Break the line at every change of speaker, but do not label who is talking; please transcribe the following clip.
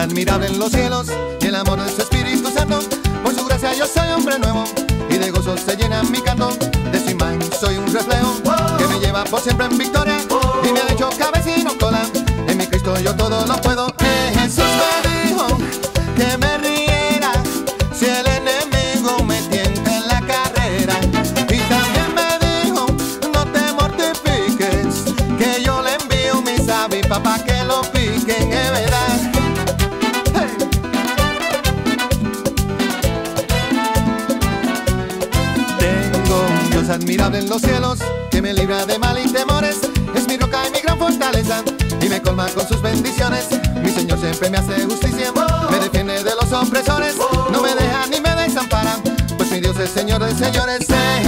admirable en los cielos y el amor de su Espíritu Santo. Por su gracia yo soy hombre nuevo y de gozo se llena mi canto. De su imán soy un reflejo que me lleva por siempre en victoria y me ha hecho cabecino cola. En mi Cristo yo todo lo puedo. Que Jesús me dijo que me riera si el enemigo me tienta en la carrera. Y también me dijo no te mortifiques que yo le envío mis avispas para que lo piquen. Es verdad. Hey. Tengo un Dios admirable en los cielos que me libra de mal y temores. Es mi roca y mi gran fortaleza y me colma con sus bendiciones. Mi Señor siempre me hace justicia, me defiende de los opresores, no me deja ni me desampara. Pues mi Dios es Señor de señores, es